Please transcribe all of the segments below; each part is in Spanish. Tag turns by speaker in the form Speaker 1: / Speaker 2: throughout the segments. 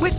Speaker 1: With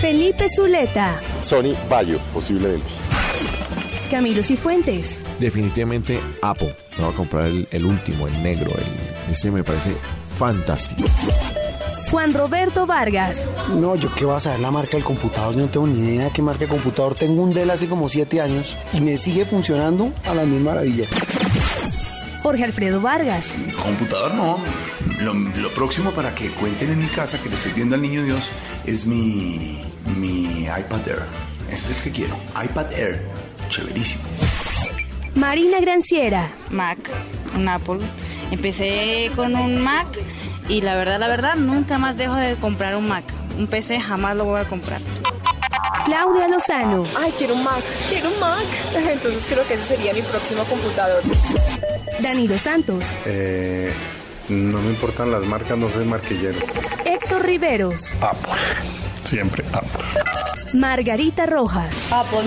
Speaker 2: Felipe Zuleta,
Speaker 3: Sony Vaio, posiblemente.
Speaker 2: Camilo Cifuentes,
Speaker 4: Definitivamente Apple. Me voy a comprar el, el último, el negro. el- ese me parece fantástico.
Speaker 2: Juan Roberto Vargas,
Speaker 5: No, yo qué vas a saber la marca del computador, yo no tengo ni idea de qué marca de computador. Tengo un Dell hace como siete años y me sigue funcionando a la misma maravilla.
Speaker 2: Jorge Alfredo Vargas,
Speaker 6: Computador no. Lo, lo próximo para que cuenten en mi casa que le estoy viendo al niño Dios es mi, mi iPad Air. Ese es el que quiero. iPad Air. Chéverísimo.
Speaker 2: Marina Granciera,
Speaker 7: Mac, un Apple. Empecé con un Mac y la verdad, la verdad, nunca más dejo de comprar un Mac. Un PC jamás lo voy a comprar.
Speaker 2: Claudia Lozano,
Speaker 8: Ay, quiero un Mac, quiero un Mac. Entonces creo que ese sería mi próximo computador.
Speaker 2: Danilo Santos,
Speaker 9: Eh, no me importan las marcas, no soy marquillero.
Speaker 2: Héctor Riveros,
Speaker 9: Siempre Apple.
Speaker 2: Margarita Rojas,
Speaker 8: Apple.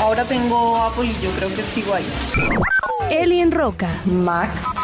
Speaker 8: Ahora tengo Apple y yo creo que sigo ahí.
Speaker 2: Elien Roca,
Speaker 8: Mac.